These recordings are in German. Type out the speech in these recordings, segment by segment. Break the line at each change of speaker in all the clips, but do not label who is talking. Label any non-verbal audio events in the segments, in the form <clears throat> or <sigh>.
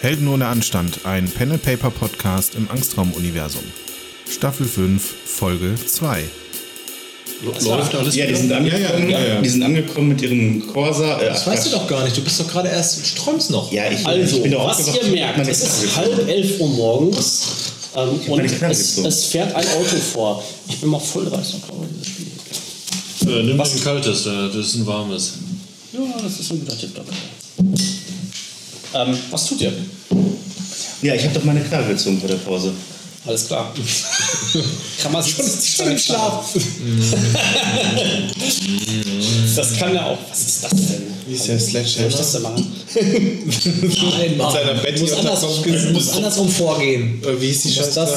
Helden ohne Anstand, ein Panel Paper Podcast im Angstraum-Universum. Staffel 5, Folge 2.
Läuft alles
Ja, die sind angekommen,
Ja, ja, ja.
Die sind angekommen mit ihrem Corsa. Äh,
Das weißt du doch gar nicht. Du bist doch gerade erst, du träumst noch.
Ja, ich, ich
Also,
bin doch
was
aufgewacht,
ihr merkt,
meine
es
Knarre
ist halb elf Uhr morgens ähm,
meine
und
Knarre
es,
gezogen.
es fährt ein Auto vor. Ich bin mal Vollreißer, glaube ich, dieses Spiel.
Äh, nimm was? ein kaltes, äh, das ist ein warmes.
Ja, das ist ein guter Tipp dabei. Ähm, was tut ihr?
Ja, ich habe doch meine Knarre gezogen vor der Pause.
Alles klar. kann man schon schon im Schlaf.
Mhm.
das kann ja auch. Was ist das denn? Wie ist der Soll ich das denn machen?
Nein, Mann.
seiner Betty
du musst,
auf der
anders,
Kopfkissen.
du musst andersrum vorgehen.
Äh, wie hieß die
du musst
Scheiße?
das,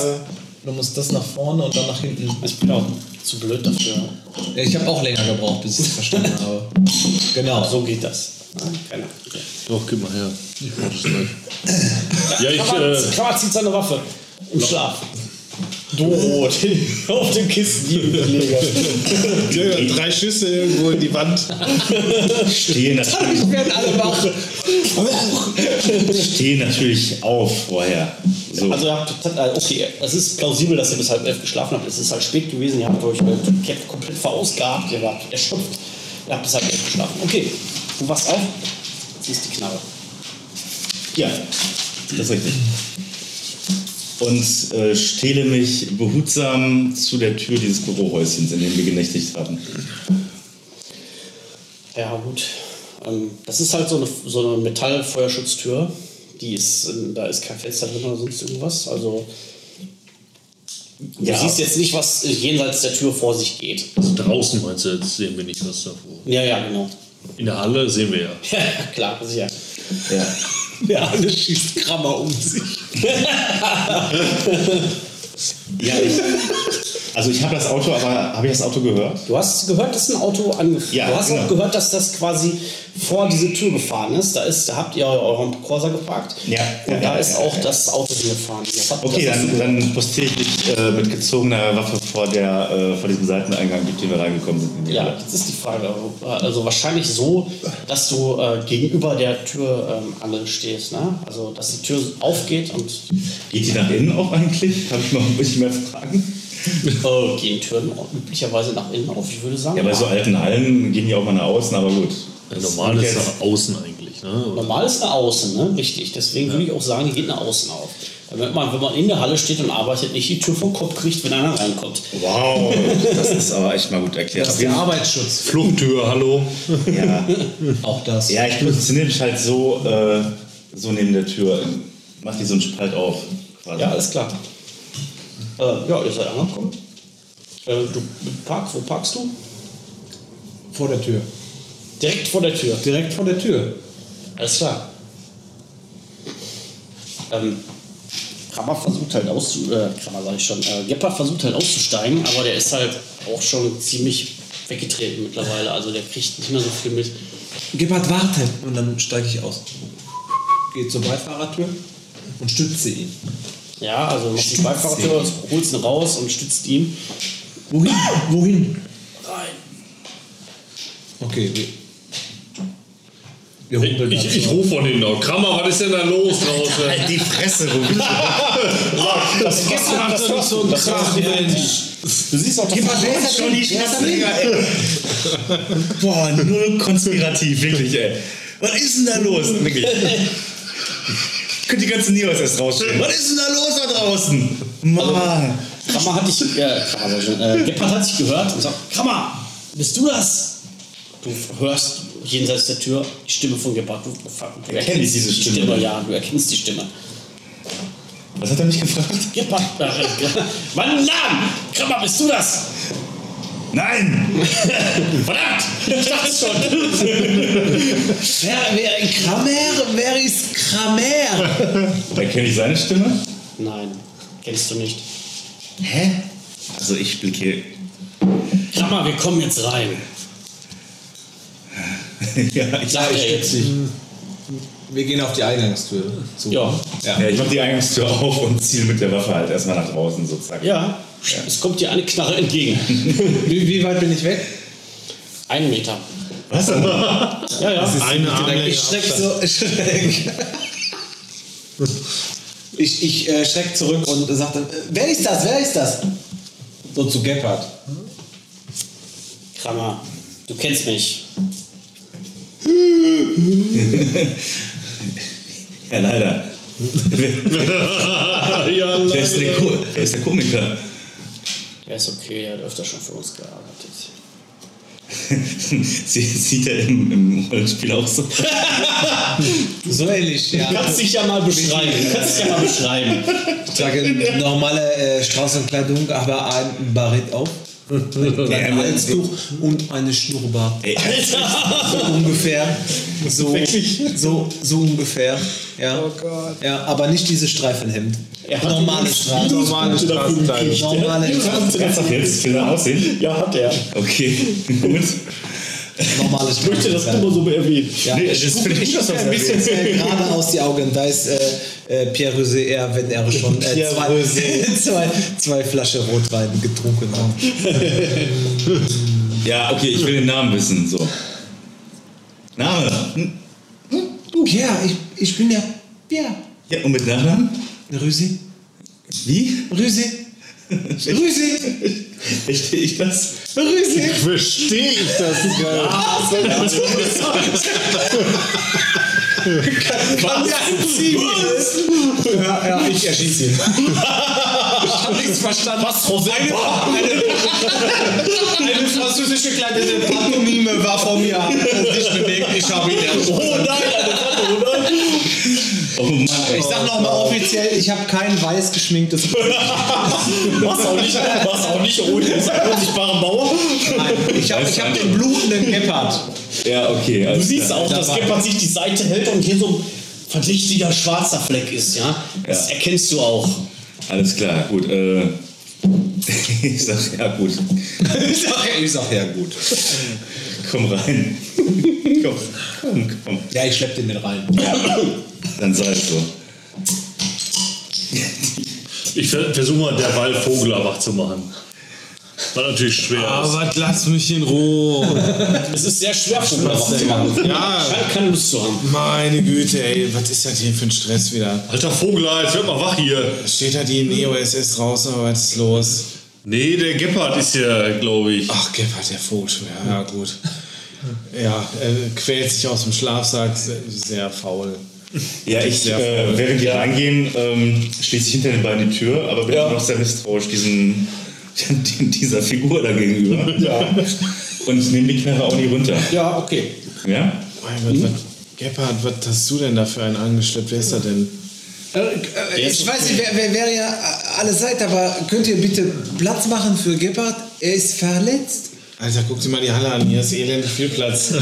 Du musst das nach vorne und dann nach hinten.
Ich bin auch zu blöd dafür.
Ja, Ich habe auch länger gebraucht, bis ich
<laughs>
es verstanden habe. Genau.
So geht das. Keine Ahnung.
Doch, gib mal her. Ich mach das gleich. <clears throat> ja, ich,
Krawat,
äh,
Krawat zieht seine Waffe im Schlaf. Doro, den- <laughs> auf dem Kissen
<laughs>
liegen gelegen.
drei Schüsse irgendwo in die Wand.
Stehe natürlich,
werden
<laughs>
alle wach.
stehe natürlich auf vorher. So.
Also ihr habt, äh, okay, es ist plausibel, dass ihr bis halb elf geschlafen habt. Es ist halt spät gewesen, ihr habt euch äh, ihr habt komplett verausgabt, ihr wart erschöpft. Ihr habt bis halb elf geschlafen. Okay, du wachst auf, ziehst die Knarre.
ja, das ist richtig. Und äh, stehle mich behutsam zu der Tür dieses Bürohäuschens, in dem wir genächtigt haben.
Ja, gut. Ähm, das ist halt so eine, so eine Metallfeuerschutztür. Die ist, ähm, da ist kein Fenster drin oder sonst irgendwas. Also
Ja.
du siehst jetzt nicht, was äh, jenseits der Tür vor sich geht.
also draußen meinst du, jetzt sehen wir nicht was davor.
Ja, ja, genau. <laughs>
In der Halle sehen wir ja.
Ja, Klar, sicher.
Ja.
Der alle schießt Krammer um sich.
ja ich, also ich habe das Auto, aber habe ich das Auto gehört?
<laughs> Du hast gehört, dass ein Auto angefahren
Ja,
Du hast
genau.
auch gehört, dass das quasi vor diese Tür gefahren ist. Da, ist, da habt ihr euren Corsa geparkt.
Ja,
Und
ja,
da
ja,
ist
ja,
auch
ja.
das Auto hingefahren. Das hat-
Okay,
das hast du
dann,
gehört.
dann postiere ich dich äh, mit gezogener Waffe vor, der, äh, vor diesem Seiteneingang, durch den wir reingekommen sind. in die
Ja,
Halle.
das ist die Frage. Also wahrscheinlich so, dass du äh, gegenüber der Tür ähm, alle stehst, ne? Also dass die Tür aufgeht
<laughs>
und
Geht die nach innen auch eigentlich? Habe ich mal ein bisschen mehr Fragen?
äh, gehen Türen üblicherweise nach innen auf, ich würde sagen.
Ja, bei so alten Hallen gehen die auch mal nach außen, aber gut.
ja normal ist
jetzt-
nach außen eigentlich, ne? Oder?
Normal ist nach außen, ne? Richtig. Deswegen würde ich auch sagen, die geht nach außen auf. Damit man, wenn man in der Halle steht und arbeitet, nicht die Tür vom Kopf kriegt, wenn einer reinkommt.
Wow, das ist aber echt mal gut erklärt.
Das ist der Arbeitsschutz.
Fluchttür, hallo.
ja.
Auch das.
ja, ich positioniere mich halt so, äh, so neben der Tür. Mach die so einen Spalt auf. Quasi.
Ja, alles klar. Äh, ja, ihr seid angekommen. Äh, du park, wo parkst du?
Vor der Tür.
Direkt vor der Tür.
Direkt vor der Tür.
Alles klar. Ähm, Krammer versucht halt auszu... Äh, Krammer sag ich schon. Äh, Gepper versucht halt auszusteigen, aber der ist halt auch schon ziemlich weggetreten mittlerweile. Also der kriegt nicht mehr so viel mit.
Gebhard, warte! Und dann steige ich aus. Geht zur Beifahrertür und stütze ihn.
Ja, also machst die
Stützt
Beifahrertür, holst ihn raus und stützt ihn.
Wohin? Wohin?
Rein.
Okay, wir. Wir
Ich,
humpeln
ich, ich
dazu.
ruf von hinten noch. Krammer, was ist denn da los
<laughs>
draußen?
genau. Halt Die
<laughs>
Fresse, wo bist du?
Das gestern das war so ein Krach. Du siehst auch, dass
Schon die Fresse, Digga, ey. Boah, null konspirativ, wirklich, ey. Was ist denn da los? Wirklich. Könnt die ganzen Nios erst rausstellen. Was ist denn da los da draußen? Mann.
Krammer hat dich, äh, Krammer, sag ich schon, äh, Gebhardt hat dich gehört und sagt, Krammer, bist du das? Du hörst jenseits der Tür die Stimme von Gebhardt. Du, du
Erkennst diese
die
Stimme, oder?
Ja, du erkennst die Stimme.
Was hat er mich gefragt?
Gebhardt, äh, Mann, Namen! Krammer, bist du das?
Nein! <laughs>
Verdammt! Ich dachte schon.
Wer, wer, Kramer? Wer ist Kramer?
Erkenne ich seine Stimme?
Nein, kennst du nicht.
Hä? Also ich blicke.
Krammer, wir kommen jetzt rein.
<laughs> ja, ich,
Sagt er jetzt.
Wir gehen auf die Eingangstür. zu.
Ja.
ja.
ja, ich mach die Eingangstür auf und ziehe mit der Waffe halt erstmal nach draußen sozusagen.
Ja, es kommt dir eine Knarre entgegen.
<laughs> Wie, wie weit bin ich weg?
Einen Meter.
Was denn?
Ja, ja.
Eine
Direkt,
Armlänge
ich schreck so. Ich schreck. Ich, ich äh, schreck zurück und sag dann, äh, wer ist das, wer ist das? So zu Gebhardt.
Kramer, du kennst mich.
Ja, leider.
ja,
Wer ist, der Ko- wer ist der Komiker? <laughs>
Der ist okay, der hat öfter schon für uns gearbeitet.
Sie, sieht er im, im Rollenspiel auch so.
So ähnlich, ja.
Du kannst dich ja mal beschreiben. Du kannst dich ja mal beschreiben.
Ich trage normale äh, Straßenkleidung, aber ein Barett auf. Ein Halstuch und eine Schnurrbart.
Ey,
So ungefähr. So, so, so ungefähr. Ja.
Oh Gott.
ja, aber nicht dieses Streifenhemd.
Er hat
Normale
übrigens
Straßen.
Normale Straßenkleidung.
Normale,
kannst doch jetzt genau aussehen.
Ja, hat er.
Okay, <laughs> gut.
normale
Ich möchte das immer
Straßenkleidung.
so erwähnt.
Ja,
Nee, das finde ich das
ein bisschen äh, gerade aus die Augen. Da ist äh, äh, Pierre Rosé, er, wenn er schon äh,
Pierre
zwei, <laughs> zwei, zwei Flasche Rotwein getrunken hat.
Ja, okay, ich will den Namen wissen. So. Name? Hm?
Pierre, ich, ich bin ja Pierre.
Ja, und mit Nachnamen?
Rosé,
Wie?
Rosé, Rosé,
Verstehe ich das?
Rosé.
Verstehe ich das gar
Ja, ja, ich erschieße ihn. Ich hab nichts verstanden. Was, José? Eine, eine französische kleine Pantomime war vor mir. Hat sich bewegt, ich habe ihn erschrocken.
Oh Mann, ey.
Ich sag nochmal offiziell, ich habe kein weiß geschminktes
<laughs>
Was auch nicht, was auch nicht ohne diesen unsichtbaren Bauer.
Nein, ich habe hab den blutenden Gepard.
Ja, okay.
Du
alles
siehst
klar.
auch, dass Gepard sich die Seite hält und hier so ein verdächtiger schwarzer Fleck ist, ja? Das
Ja.
erkennst du auch.
Alles klar, gut. Äh, <laughs> ich sag, ja, gut.
Ich sag, ich sag, ja gut.
Komm rein. <laughs> komm, komm, komm.
Ja, ich schlepp den mit rein.
Dann sei es so.
Ich ver- versuche mal derweil Vogelabach zu machen. War natürlich schwer.
Ah.
Aber lass mich in Ruhe.
Es ist sehr schwer, schon mal was zu machen.
Ja.
Scheint keine Lust zu haben.
Meine Güte, ey, was ist das hier für ein Stress wieder?
Alter Vogel, jetzt werd mal wach hier.
Steht da die im E EOSS raus, aber was ist los?
Nee, der Gepard ist hier, glaube
<laughs>
ich. <laughs>
Ach, Gebhardt, der Vogelschmer, ja gut. Ja, äh, quält sich aus dem Schlafsack, se- sehr faul.
Ja, ich,
Sehr
äh, während wir reingehen, ähm, schließe ich hinter den beiden die Tür, aber bin immer noch sehr misstrauisch diesem, <laughs> dieser Figur da gegenüber. Ja. Und nehme die Knarre auch nie runter.
Ja, okay.
Ja?
Mein Gott, was, Gebhardt, was hast du denn da für einen angeschleppt? Wer ist da denn?
Äh, Ich weiß nicht, wer, wer, wer ihr alle seid, aber könnt ihr bitte Platz machen für Gepard? Er ist verletzt.
Alter, guck dir mal die Halle an, hier ist elendig viel Platz.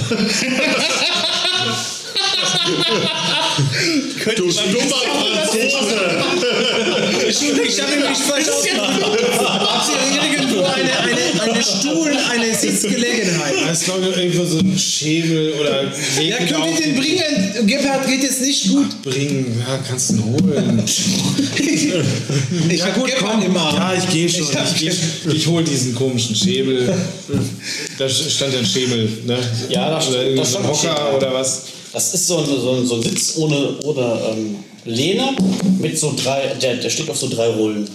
Du stummer Franzose!
Entschuldigung, ich habe mich falsch ausgedrückt. Habt ihr irgendwo eine, eine, eine Stuhl, eine Sitzgelegenheit?
Da ist glaube ich irgendwo so ein Schäbel oder
Ja,
genau?
könnt ihr den bringen? Gebhardt geht es
<laughs>
nicht gut.
bringen. Ja, kannst du ihn holen.
Ich hab Gebhardt im Arm.
Ja, ich gehe schon.
Ich hab
Ich, geh, ich hol diesen komischen Schäbel. Da stand ja ein Schäbel, ne?
Ja, da st-
oder irgendwie
da
so ein
stand ein
Hocker
Schäbel.
oder was.
Das ist so ein, so ein, so ein Sitz ohne, ohne ähm, Lehne mit so drei, der, der steht auf so drei Rollen.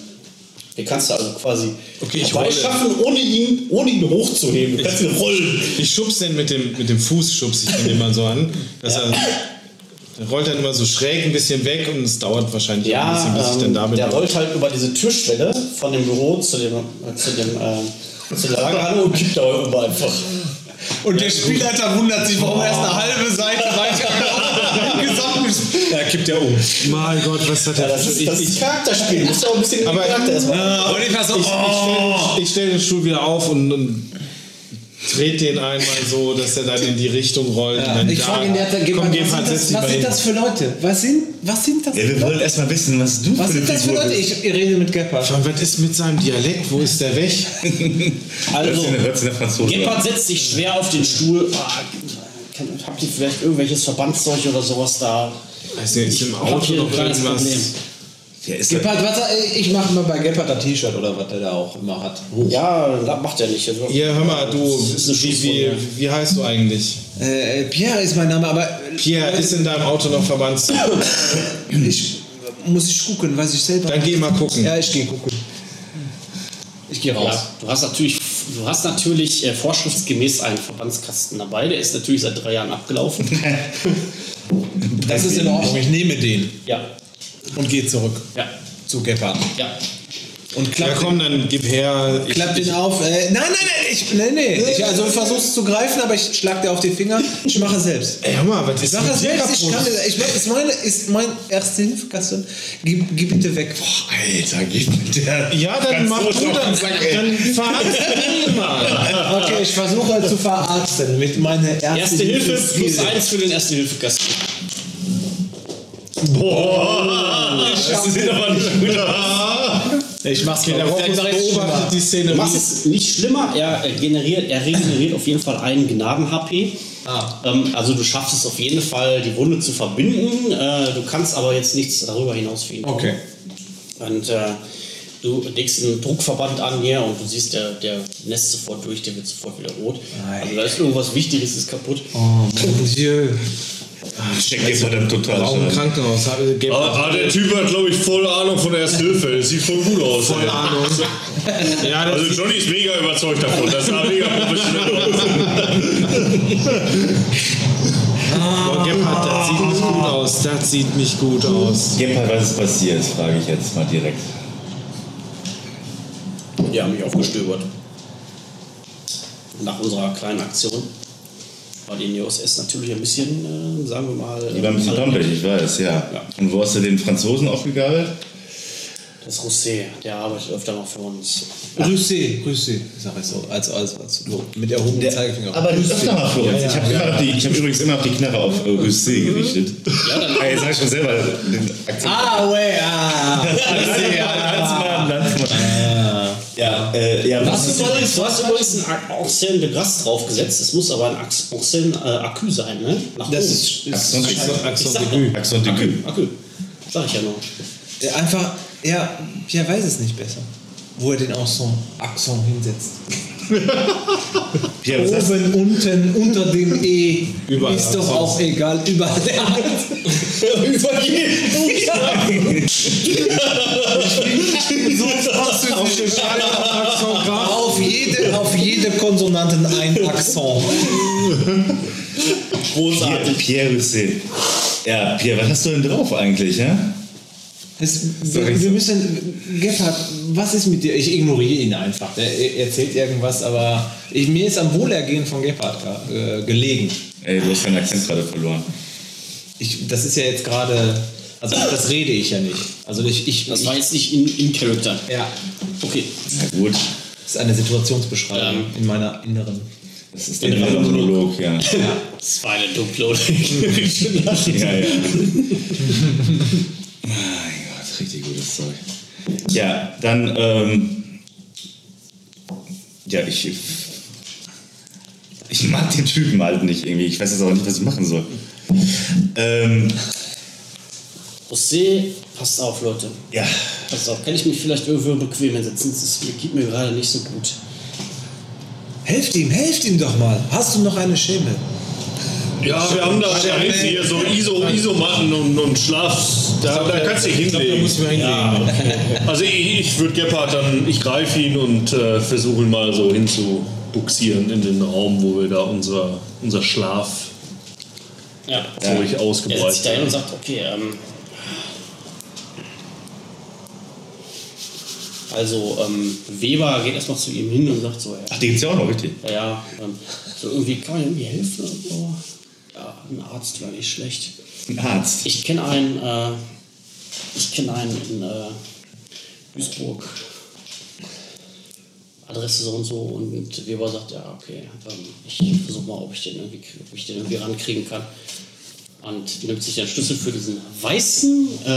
Den kannst du also quasi
Okay, ich
dabei
rolle.
schaffen, ohne ihn, ohne ihn hochzuheben. Du kannst ihn rollen.
Ich schubs den mit dem, mit dem Fuß, schubs ich den immer so an. Dass
Ja.
er, der rollt dann immer so schräg ein bisschen weg und es dauert wahrscheinlich auch ein bisschen, bis
Ja,
ich dann
ähm,
da bin.
der rollt halt über diese Türschwelle von dem Büro zu dem, äh, zu dem, äh, zu der Lagerhalle und kippt da oben einfach.
Und der Spielleiter wundert sich, warum erst eine halbe Seite weiter im gesamten Spiel- Da kippt er um.
Oh mein Gott, was hat
Ja,
er
das
für
ist, das ist Charakterspiel. Du musst ja auch ein bisschen in den
Also Aber- äh,
Charakter erstmal.
Ah, Oliver so,
Ich,
oh.
ich stelle stell den Stuhl wieder auf und, und dreht den einmal so, dass er dann in die Richtung rollt. und dann
Ich
da-
frage ihn, der hat dann
komm,
Gebhardt,
geh
was, sind
setz
das,
dich mal
was sind
hin.
das für Leute? Was sind, was sind das
Ja,
für
wir wollen
Leute?
erstmal wissen, was du
Was
für eine
sind das für
Figur
Leute?
bist.
Ich rede mit Gebhardt.
Mann, was ist mit seinem Dialekt? Wo ist der weg?
Also,
Hört sich der Franzose an.
Gebhardt setzt sich schwer auf den Stuhl. Ah, kann- habt ihr vielleicht irgendwelches Verbandszeug oder sowas da?
Also ist im
Hab
Auto
hier ein
noch
kleines
irgendwas.
Problem.
Ja, ist er-
Gebhardt, was, äh, ich mache mal bei Gebhardt ein T-Shirt oder was der da auch immer hat.
Ja, das macht er nicht. Also,
Hier, hör mal, du,
Das ist eine
wie, wie,
Schusswunde.
wie heißt du eigentlich?
Äh, Pierre ist mein Name, aber
Pierre, ist in deinem Auto noch Verbands.
ich, muss ich gucken, weiß ich selber.
Dann geh mal gucken.
Ja, ich gehe gucken.
Ich gehe raus. Du hast natürlich, du hast natürlich äh, vorschriftsgemäß einen Verbandskasten dabei. Der ist natürlich seit drei Jahren abgelaufen.
Das ist in Ordnung.
Ich nehme den
<laughs> ja,
und gehe zurück
ja,
Zu Gepard.
ja.
Und
Ja,
klappt
komm, dann gib her. Ich,
Klappt ihn auf. Äh, nein, nein, nein, ich, nein, nein. Ich, also ich versuch's zu greifen, aber ich schlag dir auf die Finger. Ich mache es selbst.
ey, hör mal, was ist
Ich mache
mit
es
dir
selbst. Ich kann,
kaputt?
ich mein, ist meine, ist mein erste Hilfekasten. Gib, gib bitte weg.
Alter, geht mit der.
Ja, dann
Ganz
mach
so
du, dann,
drauf.
dann verarzte ihn mal.
Okay, ich versuche zu verarzten mit meiner ersten
Erste Hilfe plus
Skills.
eins für den Erste Hilfe Gast.
Das ist aber nicht gut.
Ich mach's mir. Der Rocky beobachtet die Szene.
Was ist nicht schlimmer? Er äh, generiert, er regeneriert auf jeden Fall einen Gnaden-HP. Ähm, also du schaffst es auf jeden Fall, die Wunde zu verbinden. Äh, du kannst aber jetzt nichts darüber hinaus für ihn. tun.
Okay.
Und äh, du legst einen Druckverband an hier und du siehst, der, der lässt sofort durch, der wird sofort wieder rot. Also da ist irgendwas Wichtiges ist kaputt.
Ich check jetzt mal dem total.
Warum
schon.
Krankenhaus?
äh,
Gib
Ah, ah, der Typ hat, glaube ich, voll Ahnung von Erste Hilfe. Das sieht voll gut aus.
voll
ey.
Ahnung. Ja, das
Also Johnny ist mega überzeugt davon. Das sah mega professionell aus.
Boah, Gebhardt, das sieht nicht gut aus. Das sieht nicht gut aus.
Gepard, was ist passiert, frage ich jetzt mal direkt.
Die haben mich aufgestöbert. Nach unserer kleinen Aktion war die Neos S natürlich ein bisschen, äh, sagen wir mal,
Die war ein bisschen
äh,
dompelig, ich weiß, ja.
Ja.
Und wo hast du den Franzosen aufgegabelt?
Das Rosé, der arbeitet öfter noch für uns.
Grüße, Grüße, sag ich so, als, als, als du mit erhobenem Zeigefinger.
Aber du bist öfter mal Florenz. Ich habe immer noch die, ich habe übrigens immer noch die Knarre auf äh, Rüssel gerichtet.
Ja, dann
Ah, jetzt sag ich schon selber den Akzent.
Ah, way, ah.
Landsmann, Landsmann. Ja, äh, ja,
Du hast
was?
übrigens, du hast übrigens ein Ancien de Grasse draufgesetzt. Es muss aber ein Ax- Ancien äh, Accu sein, ne? Nach
Das
oben.
ist, ist
also,
Axon
Ich
Axon
sag
Debüt.
doch,
Axon Degü.
Accu. Sag ich ja noch.
Ja, Äh, einfach, ja, ja, weiß es nicht besser. Wo er den Ensemble, Axon hinsetzt.
Pierre, was hast du?
Oben, unten, unter dem E.
Überall
Ist doch
Axon.
auch egal, überall der Hand. Über <laughs> jeden Buchstaben. Auf jede, auf jede Konsonanten ein Axon.
Pierre, Pierre Rüssel. Ja, Pierre, was hast du denn drauf eigentlich, ja?
Es, wir, wir müssen, Gepard, was ist mit dir? Ich ignoriere ihn einfach. Er, er erzählt irgendwas, aber ich, mir ist am Wohlergehen von Gepard äh, gelegen.
Ey, du hast deinen Akzent gerade verloren.
Ich, das ist ja jetzt gerade, also das rede ich ja nicht. Also ich, ich,
Das
ich
war jetzt nicht in, in Character.
ja,
Okay.
Na gut,
das ist eine Situationsbeschreibung
Ja.
in meiner inneren.
das ist der innere Monolog, ja.
Das war eine <laughs> dunkle Nachricht.
Ja, ja. <laughs> mein Gott, richtig gutes Zeug. Ja, dann, ähm, ja, ich, ich mag den Typen halt nicht irgendwie. Ich weiß jetzt auch nicht, was ich machen soll. Ähm,
Rosé, passt auf, Leute.
ja,
Passt auf. Kann ich mich vielleicht irgendwo bequem hinsetzen? Das ist- geht mir gerade nicht so gut.
Helft ihm, helft ihm doch mal. Hast du noch eine Schemme?
Ja, wir haben da da hinten hier so ISO, ISO-Matten und, und Schlaf. Da, da kannst du dich hinlegen. ja, Also ich, ich würde Gepard dann, ich greife ihn und äh, versuche ihn mal so hinzubuxieren in den Raum, wo wir da unser, unser Schlaf
Ja. Er
ruhig
setzt sich
ausgebreitet
da hin und
haben.
sagt, okay, ähm, also ähm, Weber geht erstmal zu ihm hin und sagt so, ja,
ach, die gibt's ja auch noch, richtig.
ja, ja ähm, so irgendwie kann man irgendwie helfen und so. Ja, ein Arzt wäre nicht schlecht.
Ein Arzt.
Ich kenne einen, äh, ich kenne einen in äh, Duisburg. Adresse so und so und Weber sagt, ja, okay, ähm, ich versuche mal, ob ich, den irgendwie, krieg- ob ich den irgendwie rankriegen kann. Und nimmt sich den Schlüssel für diesen weißen äh,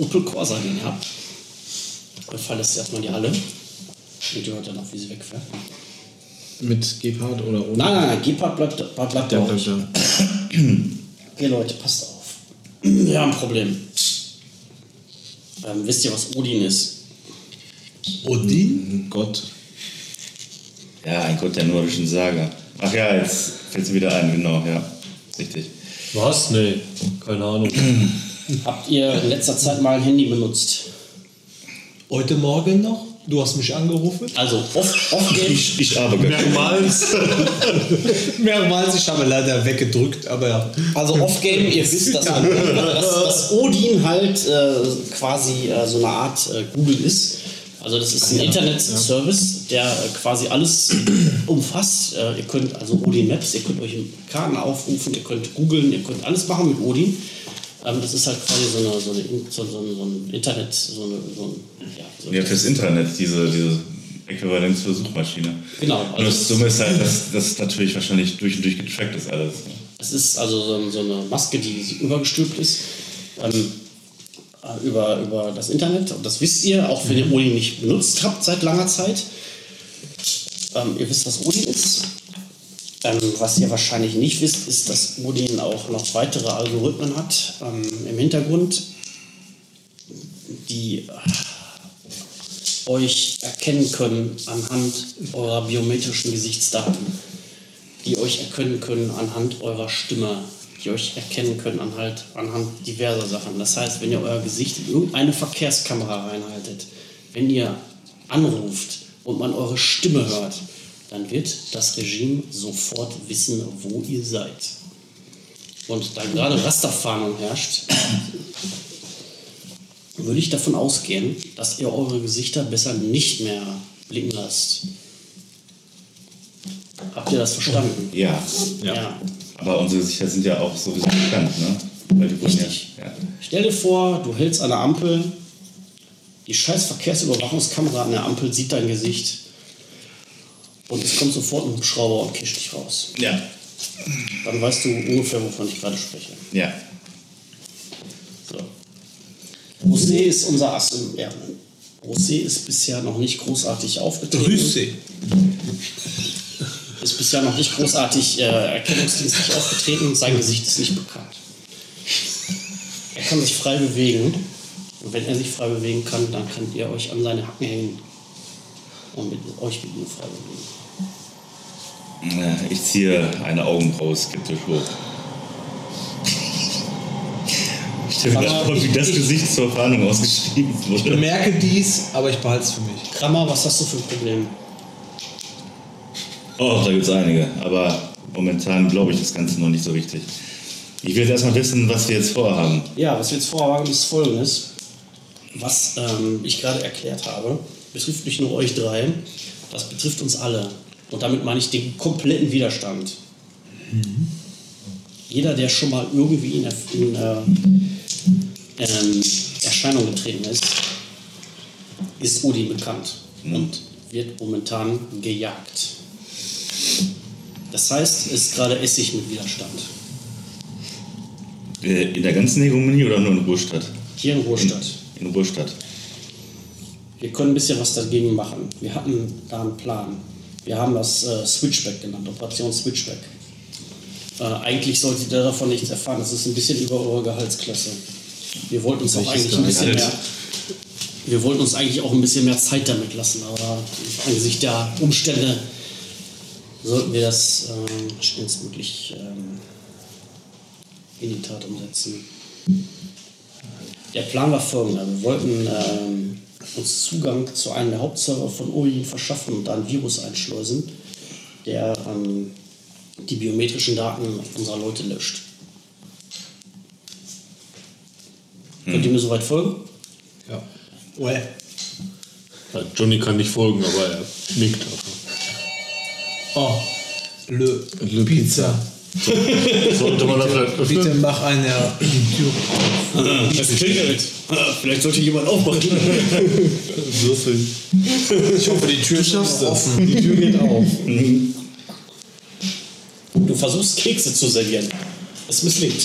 Opel Corsa, den ihr habt. Und verlässt erstmal die Halle. Und ihr hört dann auch, wie sie wegfährt.
Mit Gebhardt oder
Nein,
ohne?
nein, nein, Gepard bleibt, bleibt, bleibt
Der
auch.
bleibt da.
Okay, Leute, passt auf. <clears throat> Wir haben ein Problem. Ähm, wisst ihr, was Odin <laughs> ist?
Odin?
Hm,
Gott.
Ja, ein Gott der nordischen Sage. Ach ja, jetzt fällt sie wieder ein, genau, ja. Richtig.
Was? Nee, keine Ahnung.
Habt ihr in letzter Zeit mal ein Handy benutzt?
Heute Morgen noch? Du hast mich angerufen?
Also off, off game.
Ich, ich arbeite.
Mehrmals.
<laughs> Mehrmals, ich habe leider weggedrückt, aber ja.
Also Off-Game, ihr wisst, dass, dass, dass Odin halt äh, quasi äh, so eine Art äh, Google ist. Also das ist ein Internet-Service, der äh, quasi alles <clears throat> umfasst. Äh, ihr könnt also Odin Maps, ihr könnt euch Karten aufrufen, ihr könnt googeln, ihr könnt alles machen mit Odin. Ähm, das ist halt quasi so, eine, so, eine, so, so, so ein Internet, so, eine, so ein... Ja, so ein
Ja, fürs Internet, diese, diese Äquivalenz zur Suchmaschine.
Genau,
Nur das
also-
Dumme ist halt, dass das natürlich wahrscheinlich durch und durch getrackt ist alles. ne?
Es ist also so, so eine Maske, die übergestülpt ist ähm, äh, über, über das Internet. Und das wisst ihr, auch wenn ihr Odin nicht benutzt habt seit langer Zeit. Ähm, ihr wisst, was Odin ist. Ähm, was ihr wahrscheinlich nicht wisst, ist, dass Odin auch noch weitere Algorithmen hat ähm, im Hintergrund, die äh, euch erkennen können anhand eurer biometrischen Gesichtsdaten die euch erkennen können anhand eurer Stimme, die euch erkennen können anhand, anhand diverser Sachen. Das heißt, wenn ihr euer Gesicht in irgendeine Verkehrskamera reinhaltet, wenn ihr anruft und man eure Stimme hört, dann wird das Regime sofort wissen, wo ihr seid. Und da gerade Rasterfahndung herrscht, würde ich davon ausgehen, dass ihr eure Gesichter besser nicht mehr blicken lasst. Habt ihr das verstanden?
Ja.
ja.
Aber unsere Gesichter sind ja auch sowieso bekannt, ne? Weil die wurden
Richtig.
Ja, ja.
Stell dir vor, du hältst an der Ampel, die scheiß Verkehrsüberwachungskamera an der Ampel sieht dein Gesicht und es kommt sofort ein Hubschrauber und kischt dich raus.
Ja.
Dann weißt du ungefähr, wovon ich gerade spreche.
Ja.
So. Rosé ist unser Ass im Ärmel. Rosé ist bisher noch nicht großartig aufgetreten. Ist bisher noch nicht großartig äh, erkennungsdienstlich aufgetreten. Sein Gesicht ist nicht bekannt. Er kann sich frei bewegen. Und wenn er sich frei bewegen kann, dann könnt ihr euch an seine Hacken hängen. Und mit, euch mit ihm frei bewegen.
Äh, Ich ziehe eine Augenbraue skeptisch hoch. Ich stelle mir
Aber
gerade vor, wie
ich-
das
ich-
Gesicht zur Fahndung ausgeschrieben
Ich
wurde.
bemerke dies, aber ich behalte es für mich.
Krammer, was hast du für ein Problem?
Oh, da gibt's einige. Aber momentan glaube ich das Ganze noch nicht so richtig. Ich will jetzt erstmal wissen, was wir jetzt vorhaben.
Ja, was wir jetzt vorhaben, ist folgendes. Was ähm, ich gerade erklärt habe, betrifft nicht nur euch drei, das betrifft uns alle. Und damit meine ich den kompletten Widerstand. Jeder, der schon mal irgendwie in, Erf- in äh, ähm, Erscheinung getreten ist, ist Odin bekannt und wird momentan gejagt. Das heißt, es ist gerade Essig mit Widerstand.
Äh, In der ganzen Hegemonie oder nur in Ruhrstadt?
Hier in Ruhrstadt.
In Ruhrstadt.
Wir können ein bisschen was dagegen machen. Wir hatten da einen Plan. Wir haben das äh, Switchback genannt, Operation Switchback. Äh, eigentlich solltet ihr davon nichts erfahren. Das ist ein bisschen über eure Gehaltsklasse. Wir wollten uns auch eigentlich ein bisschen mehr. Wir wollten uns eigentlich auch ein bisschen mehr Zeit damit lassen, aber angesichts der Umstände sollten wir das ähm, schnellstmöglich ähm, in die Tat umsetzen. Der Plan war folgender. Wir wollten ähm, uns Zugang zu einem der Hauptserver von Odin verschaffen und da ein Virus einschleusen, der ähm, die biometrischen Daten unserer Leute löscht. Könnt ihr
Hm.
mir soweit folgen?
äh, Johnny kann nicht folgen, aber er nickt.
Oh, Le, Pizza.
Sollte man das vielleicht öffnen?
Bitte mach eine Tür.
Das klingelt. Vielleicht sollte jemand
<laughs>
aufmachen.
Ich hoffe, die Tür schaffst offen. Die Tür geht auf.
Du versuchst Kekse zu servieren. Es misslingt.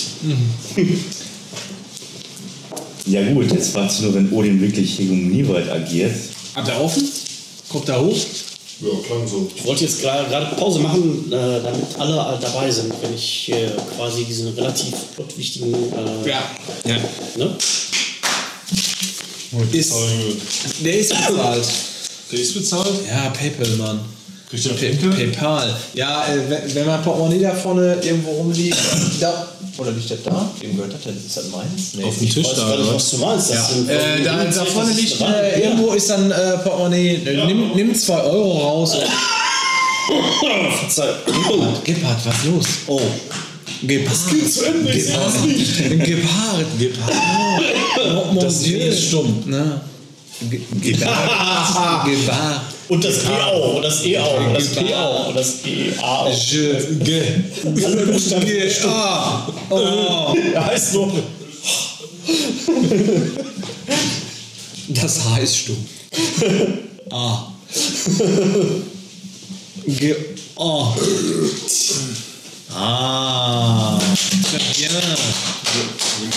Ja gut, jetzt fragst du nur, wenn Odin wirklich hegemonieweit agiert.
Hat er offen? Kommt er hoch?
Ja, klang so.
Ich wollte jetzt gra- gerade Pause machen, äh, damit alle äh, dabei sind, wenn ich äh, quasi diesen relativ plotwichtigen. Äh,
Ja.
Ne?
Ist, der ist bezahlt.
Der ist bezahlt?
Ja, PayPal, Mann.
Christian
Pe- PayPal. Ja, äh, wenn- wenn mein Portemonnaie da vorne irgendwo rumliegt, da, oder liegt das da? Wem gehört das denn? Ist das meins? Nee.
Auf dem Tisch da,
Weil ich
oder?
was du meinst. dass du-
Äh, da, da vorne
Das ist
liegt
dran.
äh,
Ja.
irgendwo ist dann äh, Portemonnaie. Äh, Nimm, nimm zwei Euro raus. Gebhardt, Gebhardt, was los? Oh. Gebhardt.
Zu Ende, ich sehe das nicht.
Gebhardt. Gebhardt. Das ist stumm. Na. Ge-
<laughs>
Gebhardt. Gebhardt.
Und das E auch, und das E auch, und das P
P
auch, und das E A auch.
Je. Ge.
Alle Buchstaben.
Ge. Ah. Oh.
Er heißt nur.
Das H ist stumm. Ah. Ge. Oh. Ah. Ja.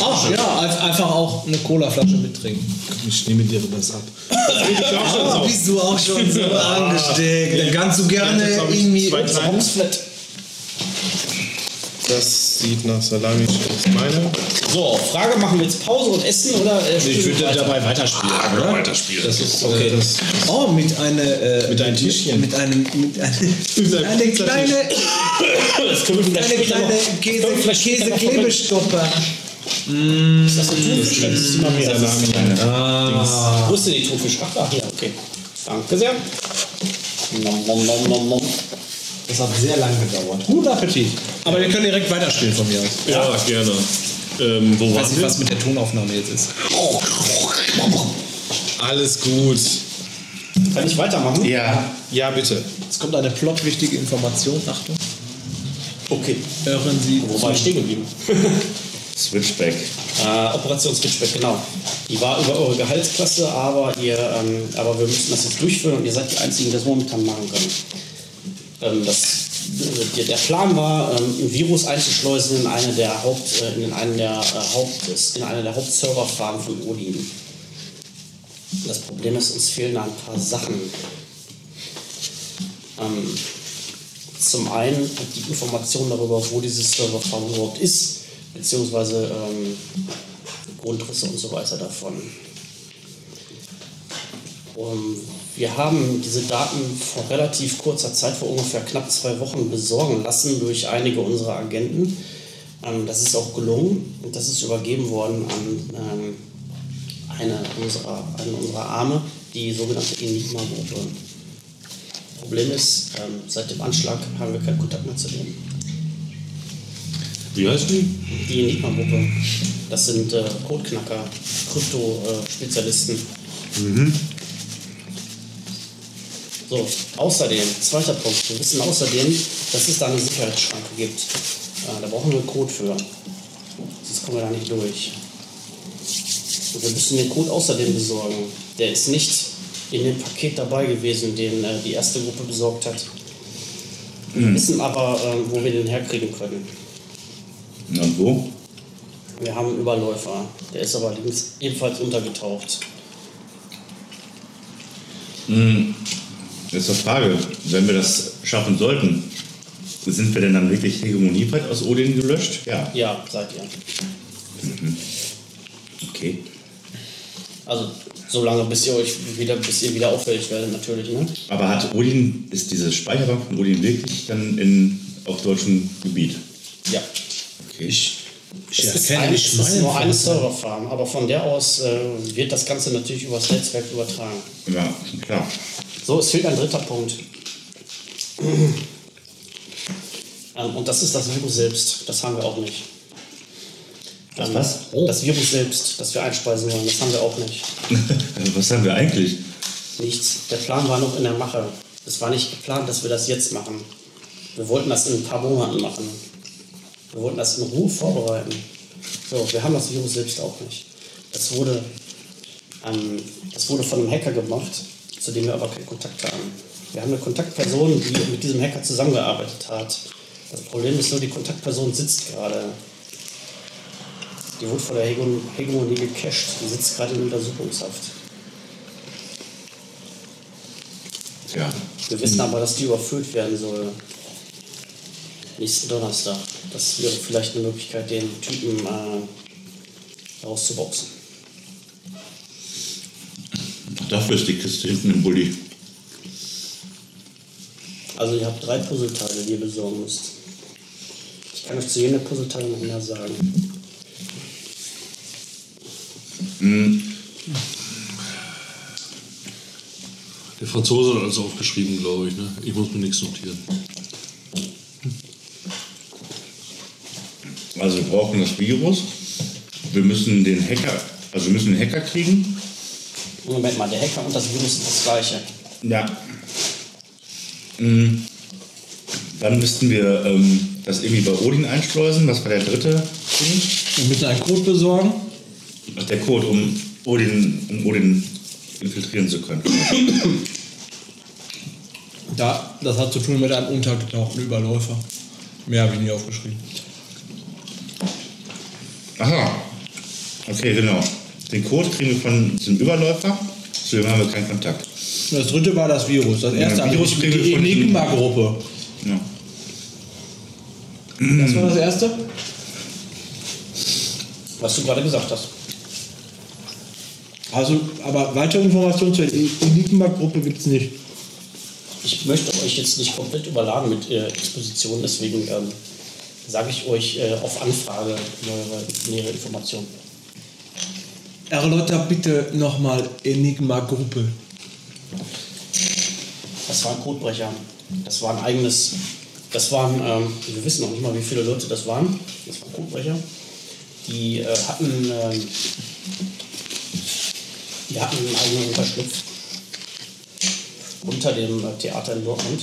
Ach ja, ein- einfach auch eine Colaflasche mittrinken.
Ich nehme dir das ab.
Ah, bist du auch schon so angesteckt? Dann kannst du gerne irgendwie.
Das sieht nach Salami aus. Meine.
So, Frage: Machen wir jetzt Pause und Essen oder? Äh,
Ich
spielen wir
würde
weiter?
dabei weiterspielen.
Weiterspielen.
Das ist okay. das
Oh, mit einer. Äh,
Mit einem Tischchen.
Mit einem. Mit einem.
Mit einem
Eine
Pizzatisch.
kleine,
Das können wir vielleicht
eine
später noch-
kleine
das können wir
Käse,
vielleicht später noch-
Käseklebestopper.
Ist das ein Thunfisch? Das ist immer mehr. Das ist- Wo ist denn die Thunfisch? Ach, da, hier, okay. Danke sehr. Nom, nom, nom, nom, nom.
Das hat sehr lange gedauert. Guten Appetit. Aber wir können direkt weiterspielen von mir aus.
Ja, gerne. Ähm, wo
Ich weiß
waren
nicht,
wir?
was mit der Tonaufnahme jetzt ist.
alles gut.
Kann ich weitermachen?
Ja. Ja, bitte.
Es kommt eine plotwichtige Information. Achtung.
Okay.
Hören Sie.
Wo war ich stehen geblieben?
Switchback.
Äh, Operation Switchback, genau. Die war über eure Gehaltsklasse, aber, ihr, ähm, aber wir müssen das jetzt durchführen und ihr seid die Einzigen, die das momentan machen können. Ähm, das, äh, der, der Plan war, ähm, ein Virus einzuschleusen in eine der Haupt, äh, in einen der äh, Haupt, in eine der Hauptserverfarmen von Odin. Das Problem ist, uns fehlen da ein paar Sachen. Ähm, zum einen die Information darüber, wo dieses Serverfarm überhaupt ist, beziehungsweise ähm, Grundrisse und so weiter davon. Ähm, wir haben diese Daten vor relativ kurzer Zeit, vor ungefähr knapp zwei Wochen, besorgen lassen durch einige unserer Agenten. Ähm, das ist auch gelungen und das ist übergeben worden an ähm, eine, unserer, eine unserer Arme, die sogenannte Enigma-Gruppe. Problem ist, ähm, seit dem Anschlag haben wir keinen Kontakt mehr zu denen.
Wie heißt die?
Die Enigma-Gruppe, das sind äh, Codeknacker, Krypto-Spezialisten. So, außerdem, zweiter Punkt, wir wissen außerdem, dass es da eine Sicherheitsschranke gibt. Äh, da brauchen wir einen Code für. Sonst kommen wir da nicht durch. Und wir müssen den Code außerdem besorgen. Der ist nicht in dem Paket dabei gewesen, den äh, die erste Gruppe besorgt hat. Wir wissen aber, äh, wo wir den herkriegen können.
Und wo?
Wir haben einen Überläufer. Der ist aber links ebenfalls untergetaucht.
Das ist die Frage. Wenn wir das schaffen sollten, sind wir denn dann wirklich hegemonieweit aus Odin gelöscht? Ja.
Ja, seid ihr.
Okay.
Also so lange, bis ihr euch wieder, bis ihr wieder auffällig werdet natürlich, ne?
Aber hat Odin, ist diese Speicherbank von Odin wirklich dann in, auf deutschem Gebiet?
Ja.
Okay. Ich,
Es ist,
erkenne
ein,
nicht
es ist
meinen
nur eine Serverfarm, aber von der aus äh, wird das Ganze natürlich übers Netzwerk übertragen.
ja, klar. <laughs>
So, es fehlt ein dritter Punkt. Ähm, und das ist das Virus selbst. Das haben wir auch nicht. Ähm,
was?
Das Virus selbst, das wir einspeisen wollen, das haben wir auch nicht.
Also was haben wir eigentlich?
Nichts. Der Plan war noch in der Mache. Es war nicht geplant, dass wir das jetzt machen. Wir wollten das in ein paar Monaten machen. Wir wollten das in Ruhe vorbereiten. So, wir haben das Virus selbst auch nicht. Das wurde, ähm, das wurde von einem Hacker gemacht, zu dem wir aber keinen Kontakt haben. Wir haben eine Kontaktperson, die mit diesem Hacker zusammengearbeitet hat. Das Problem ist nur, die Kontaktperson sitzt gerade. Die wurde von der Hegemon- Hegemonie gecached. Die sitzt gerade in Untersuchungshaft.
Ja.
Wir wissen aber, dass die überfüllt werden soll. Nächsten Donnerstag. Das wäre vielleicht eine Möglichkeit, den Typen äh, rauszuboxen.
Dafür ist die Kiste hinten im Bulli.
Also ihr habt drei Puzzleteile, die ihr besorgen müsst. Ich kann euch zu jedem der Puzzleteile noch mehr sagen.
Der Franzose hat alles aufgeschrieben, glaube ich. Ne? Ich muss mir nichts notieren.
Also wir brauchen das Virus. Wir müssen den Hacker, also wir müssen den Hacker kriegen.
Moment mal, der Hacker und das Virus sind das gleiche.
Ja. Mm. Dann müssten wir ähm, das irgendwie bei Odin einschleusen. Das war der dritte Ding.
Wir müssen einen Code besorgen.
Ach, der Code, um Odin, um Odin infiltrieren zu können.
Da, das hat zu tun mit einem untergetauchten Überläufer. Mehr habe ich nie aufgeschrieben.
Aha. Okay, genau. Den Code kriegen wir von diesem Überläufer. Zu dem haben wir keinen Kontakt.
Das dritte war das Virus. Das erste also
Ja, Virus
die-
kriegen wir
die
von-
Enigma-Gruppe.
Ja.
Das war das erste?
Was du gerade gesagt hast.
Also, aber weitere Informationen zur Enigma-Gruppe gibt es nicht.
Ich möchte euch jetzt nicht komplett überladen mit äh, Expositionen, deswegen ähm, sage ich euch äh, auf Anfrage neuere, nähere Informationen.
Erlotter, bitte nochmal Enigma-Gruppe.
Das waren Codebrecher. Das war ein eigenes. Das waren, ähm, wir wissen noch nicht mal, wie viele Leute das waren. Das waren Codebrecher. Die äh, hatten, ähm, die hatten einen eigenen Unterschlupf unter dem äh, Theater in Dortmund.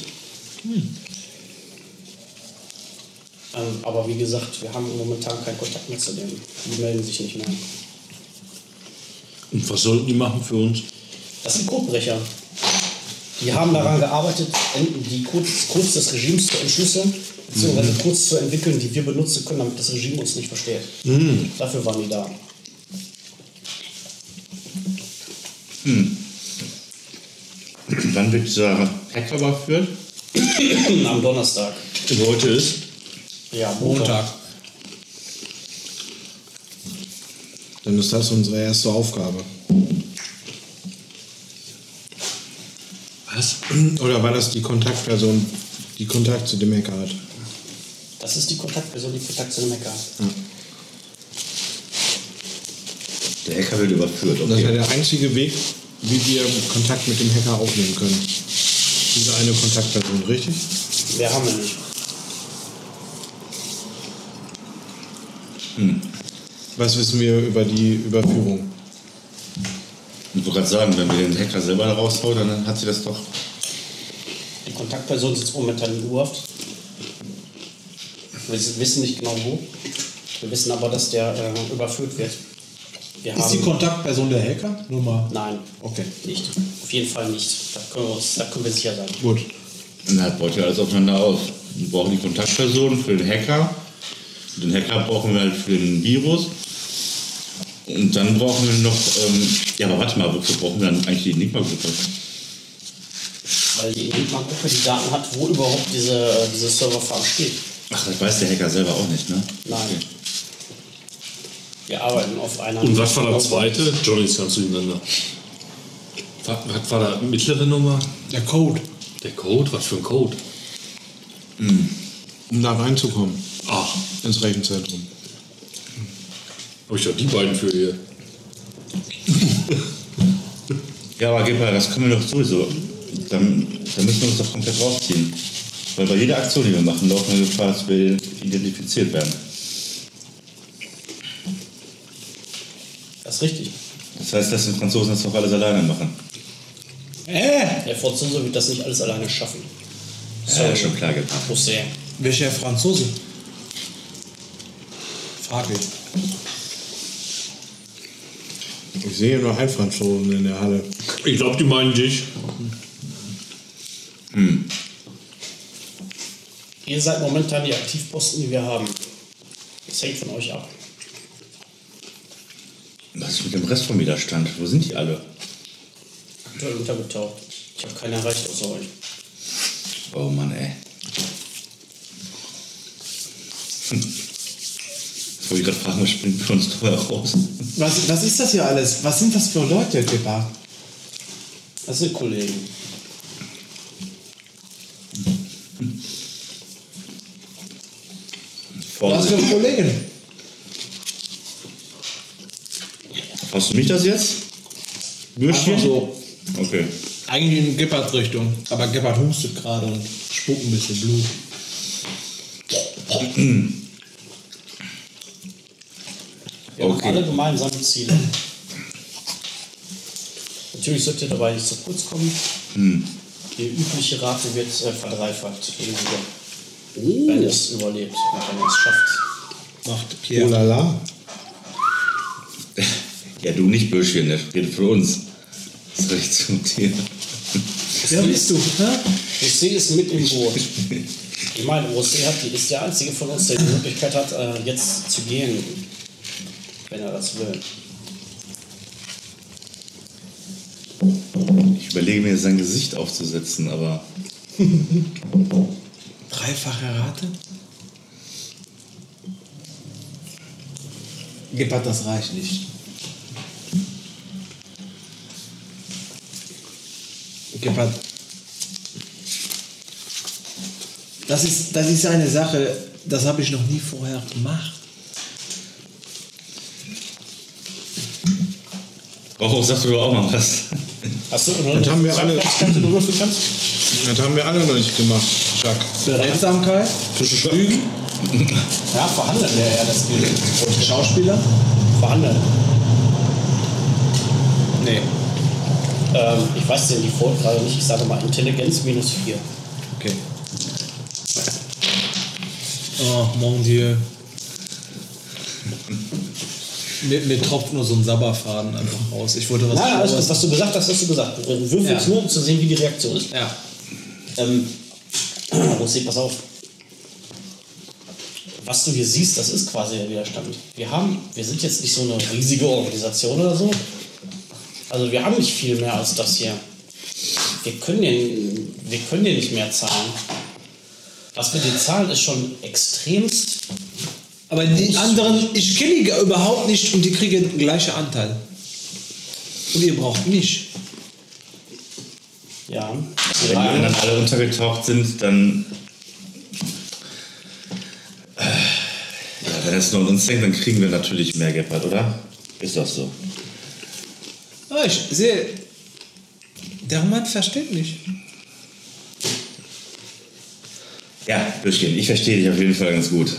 Ähm, aber wie gesagt, wir haben momentan keinen Kontakt mehr zu denen. Die melden sich nicht mehr.
Und was sollten die machen für uns?
Das sind Codebrecher. Die haben daran gearbeitet, en- die Codes, Codes des Regimes zu entschlüsseln,
Mhm.
beziehungsweise Codes zu entwickeln, die wir benutzen können, damit das Regime uns nicht versteht.
Mhm.
Dafür waren die da.
Dann wird dieser Hacker überführt.
Am Donnerstag.
Denn heute ist.
Ja, Montag.
Montag.
Dann ist das unsere erste Aufgabe.
Was?
Oder war das die Kontaktperson, die Kontakt zu dem Hacker hat?
Das ist die Kontaktperson, die Kontakt zu dem Hacker. hat.
Der Hacker wird überführt.
Und das wäre
Okay.
der einzige Weg, wie wir Kontakt mit dem Hacker aufnehmen können. Diese eine Kontaktperson, richtig?
Mehr haben wir nicht.
Was wissen wir über die Überführung?
Ich wollte gerade sagen, wenn wir den Hacker selber raushauen, dann hat sie das doch.
Die Kontaktperson sitzt momentan in U-Haft. Wir s- wissen nicht genau wo. Wir wissen aber, dass der äh, überführt wird. Wir
Ist die Kontaktperson der Hacker? Nur mal.
Nein,
Okay.
nicht. Auf jeden Fall nicht. Da können wir, uns, da können wir sicher sein.
Gut.
Dann halt baut ja alles aufeinander aus. Wir brauchen die Kontaktperson für den Hacker. Den Hacker brauchen wir halt für den Virus. Und dann brauchen wir noch. Ähm, ja, aber warte mal, wozu brauchen wir dann eigentlich die Enigma-Gruppe?
weil die Enigma-Gruppe die Daten hat, wo überhaupt diese, äh, diese Serverfarm steht.
Ach, das weiß der Hacker selber auch nicht, ne?
Nein. Wir arbeiten auf einer.
Und was war der zweite? Johnny ist ganz durcheinander. Was, was war der mittlere Nummer?
Der Code.
Der Code? Was für ein Code?
Um da reinzukommen
Ach,
ins Rechenzentrum.
habe ich doch die beiden für hier.
Ja, aber Gipper, das können wir doch sowieso. Dann, dann müssen wir uns doch komplett rausziehen. Weil bei jeder Aktion, die wir machen, laufen wir Gefahr, dass wir identifiziert werden.
Das ist richtig.
Das heißt, dass die Franzosen das doch alles alleine machen.
Äh!
Der Franzose wird das nicht alles alleine schaffen.
Das war ja schon klar gemacht.
José.
Welcher Franzose? Fraglich.
Ich sehe nur einen Franzosen in der Halle.
Ich glaube, die meinen dich.
Ihr seid momentan die Aktivposten, die wir haben. Das hängt von euch ab.
Was ist mit dem Rest vom Widerstand? Wo sind die alle?
Aktuell untergetaucht. Ich habe keinen erreicht außer euch.
Oh Mann, ey. Hm. Ich <laughs> wollte gerade fragen, was springt für uns teuer raus?
Was, was ist das hier alles? Was sind das für Leute, Dipper?
Das sind Kollegen.
Was für
Vorsicht.
ein Kollegen?
Hast du mich das jetzt? Würstchen?
Einfach so.
Okay.
Eigentlich in Gepard-Richtung. Aber Gepard hustet gerade und spuckt ein bisschen Blut.
Wir haben
Okay.
alle gemeinsame Ziele. Natürlich sollte dabei nicht zu kurz kommen. Die übliche Rate wird äh, verdreifacht. wenn sie- Wenn es überlebt, und wenn es schafft.
Macht
Oh
Pierre.
la la.
Ja, du nicht Bürschchen, der redet für uns. Das recht zum Tier.
Wer bist du? Ne?
Rosé ist mit im Boot. Ich meine, Rosé hat, die- ist der einzige von uns, der die Möglichkeit hat, äh, jetzt zu gehen, wenn er das will.
Ich überlege mir, sein Gesicht aufzusetzen, aber
Dreifache Rate? Gepard, das reicht nicht. Gepard. Das ist, das ist eine Sache, das habe ich noch nie vorher gemacht.
Rauch sagst du doch auch mal was.
Hast du noch
Das haben wir
zwei
alle-
Fertigkeiten, die du würfeln kannst?
Das haben wir alle noch nicht gemacht, Jacques.
Beredsamkeit, Lügen,
Ja, verhandeln wäre ja das Ziel.
Schauspieler.
Verhandeln.
Nee.
Ähm, ich weiß den Default gerade nicht. Ich sage mal Intelligenz minus 4.
Okay. Oh, mon Dieu. Mir, mir tropft nur so ein Sabberfaden einfach raus. Ich wollte was.
Na, alles gut, was du gesagt hast, hast du gesagt. Du würfelst
Ja.
nur, um zu sehen, wie die Reaktion ist.
ja.
Ähm, <clears throat> Rosé, pass auf. Was du hier siehst, das ist quasi der Widerstand. Wir haben, wir sind jetzt nicht so eine riesige Organisation oder so. Also wir haben nicht viel mehr als das hier. Wir können den, wir können dir nicht mehr zahlen. Was wir dir zahlen, ist schon extremst.
Aber die anderen, ich kenne die gar überhaupt nicht und die kriegen den gleichen Anteil. Und ihr braucht mich.
Ja.
Wenn die anderen alle untergetaucht sind, dann. äh, Ja, wenn es nur an uns denkt, dann kriegen wir natürlich mehr Gepard, oder? Ist das so?
Ah, ich sehe, der Mann versteht mich.
Ja, Bürschchen, ich verstehe dich auf jeden Fall ganz gut.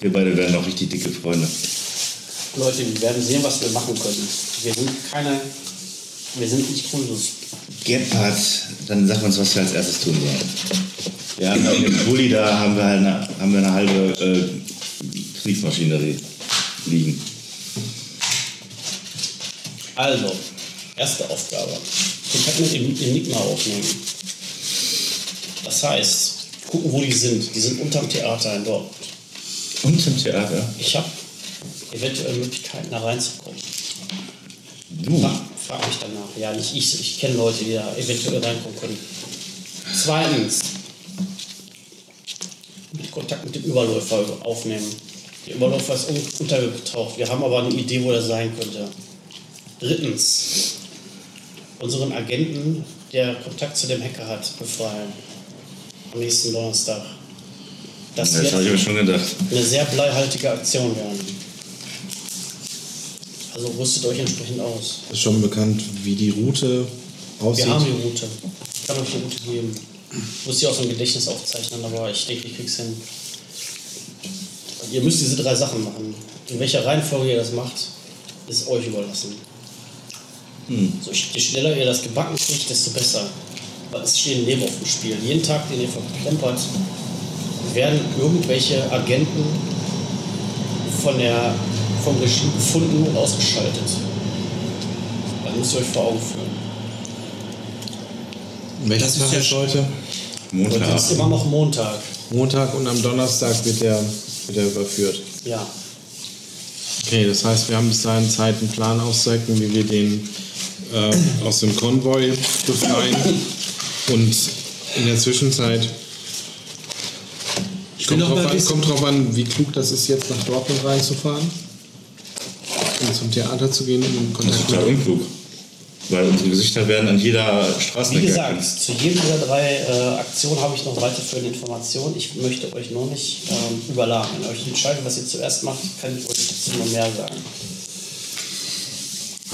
Wir beide werden auch richtig dicke Freunde.
Leute, wir werden sehen, was wir machen können. Wir sind keine. Wir sind nicht grundlos.
Gepard, dann sag uns, was wir als erstes tun sollen. Wir haben auf dem Bulli da haben wir halt eine, haben wir eine halbe äh, Kriegsmaschinerie liegen.
Also, erste Aufgabe. Kontakt mit dem Enigma aufnehmen. Das heißt, gucken, wo die sind. Die sind unterm Theater in Dortmund.
Und zum Theater.
Ich habe eventuell Möglichkeiten, da reinzukommen.
Du.
Frag, frag mich danach. Ja, nicht ich. Ich kenne Leute, die da eventuell reinkommen können. Zweitens, mit Kontakt mit dem Überläufer aufnehmen. Der Überläufer ist un- untergetaucht. Wir haben aber eine Idee, wo er sein könnte. Drittens, unseren Agenten, der Kontakt zu dem Hacker hat, befreien. Am nächsten Donnerstag. Das
Das habe ich
wird
mir schon gedacht.
eine sehr bleihaltige Aktion werden. Also rüstet euch entsprechend aus.
Ist schon bekannt, wie die Route
Wir
aussieht.
haben die Route. Ich kann euch die Route geben. Ich muss sie aus dem Gedächtnis aufzeichnen, aber ich denke, ich krieg's hin. Ihr müsst diese drei Sachen machen. In welcher Reihenfolge ihr das macht, ist euch überlassen. So, je schneller ihr das gebacken kriegt, desto besser. Weil es stehen Leben auf dem Spiel. Jeden Tag, den ihr verplempert, werden irgendwelche Agenten von der, vom Regime gefunden und ausgeschaltet. Dann müsst ihr euch vor Augen führen.
Welches Tag ist heute?
Heute
Montag.
ist immer noch Montag.
Montag und am Donnerstag wird der, wird der überführt.
Ja.
Okay, das heißt, wir haben bis dahin Zeit, einen Plan auszuhecken, wie wir den äh, aus dem Konvoi befreien. Und in der Zwischenzeit.
Ich
Kommt drauf, an,
wissen-
kommt drauf an, wie klug das ist, jetzt nach Dortmund reinzufahren und zum Theater zu gehen und in
Das ist
Kontakt
total
mit
unklug. Weil unsere Gesichter werden an jeder
Wie
Straßenecke
gesagt,
erkannt.
zu jedem dieser drei äh, Aktionen habe ich noch weiterführende Informationen. Ich möchte euch noch nicht ähm, überladen. Wenn ihr euch entscheidet, was ihr zuerst macht, kann ich euch dazu noch mehr sagen.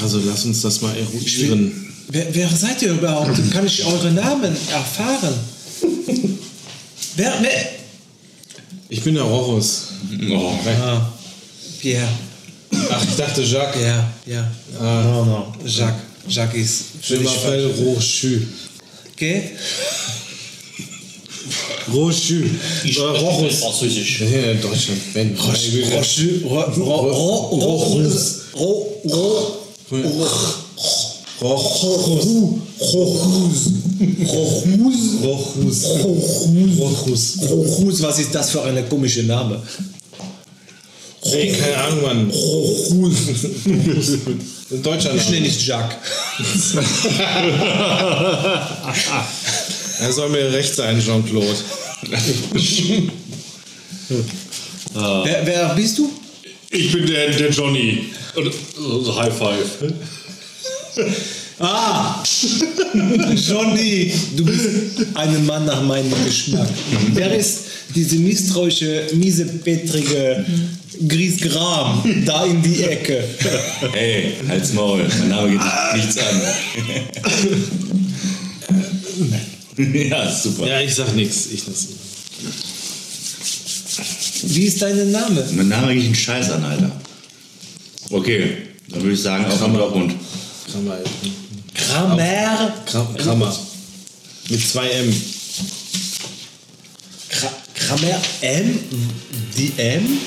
Also lass uns das mal eruieren.
Wer, wer seid ihr überhaupt? Kann ich eure Namen erfahren? wer, wer?
Ich bin der Rochus.
Oh,
Ah, Pierre.
Ach, ich dachte Jacques.
Ja, ja.
Ah,
No, no. Jacques. Jacques ist.
Je m'appelle Rochu.
Okay?
Rochu. Äh, Rochus.
Französisch.
Wir sind ja in Deutschland. Wenn.
Rochu. Ro, ro, ro, ro,
Rochus.
ro, ro,
Rochus. Rochus.
Rochus.
Rochus. Rochus.
Rochus, was ist das für eine komische Name?
Nee, keine Ahnung, Mann. <laughs> Rochus. In Deutschland.
Oh, Ich nenne dich Jacques.
<laughs> Er soll mir recht sein, Jean-Claude.
Ah. Wer, wer bist du?
Ich bin der, der Johnny. Und, also High Five.
Ah! Johnny! Du bist ein Mann nach meinem Geschmack. Wer ist diese misstrauische, miesepetrige Griesgram da in die Ecke?
hey, halt's Maul. Mein Name geht
Ah.
dich nichts
<laughs>
an. <laughs>
Äh,
ja, super.
Ja, ich sag nichts. Ich lass ihn.
Wie ist dein Name?
Mein Name geht einen Scheiß an, Alter. Okay, dann würde ich sagen, auf den Dortmund.
Krammer.
Kramer?
Kram- Krammer. Mit zwei M.
Kra Kramer M? Die M?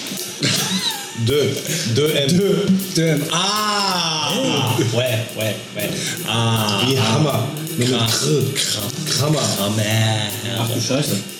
Deux. Deux M.
Dem. Ah! Ouais, ouais, ouais. Ah!
Wie Hammer. Mit
Kra
Kr.
Kra
Krammer.
Kramer.
Ach du Scheiße.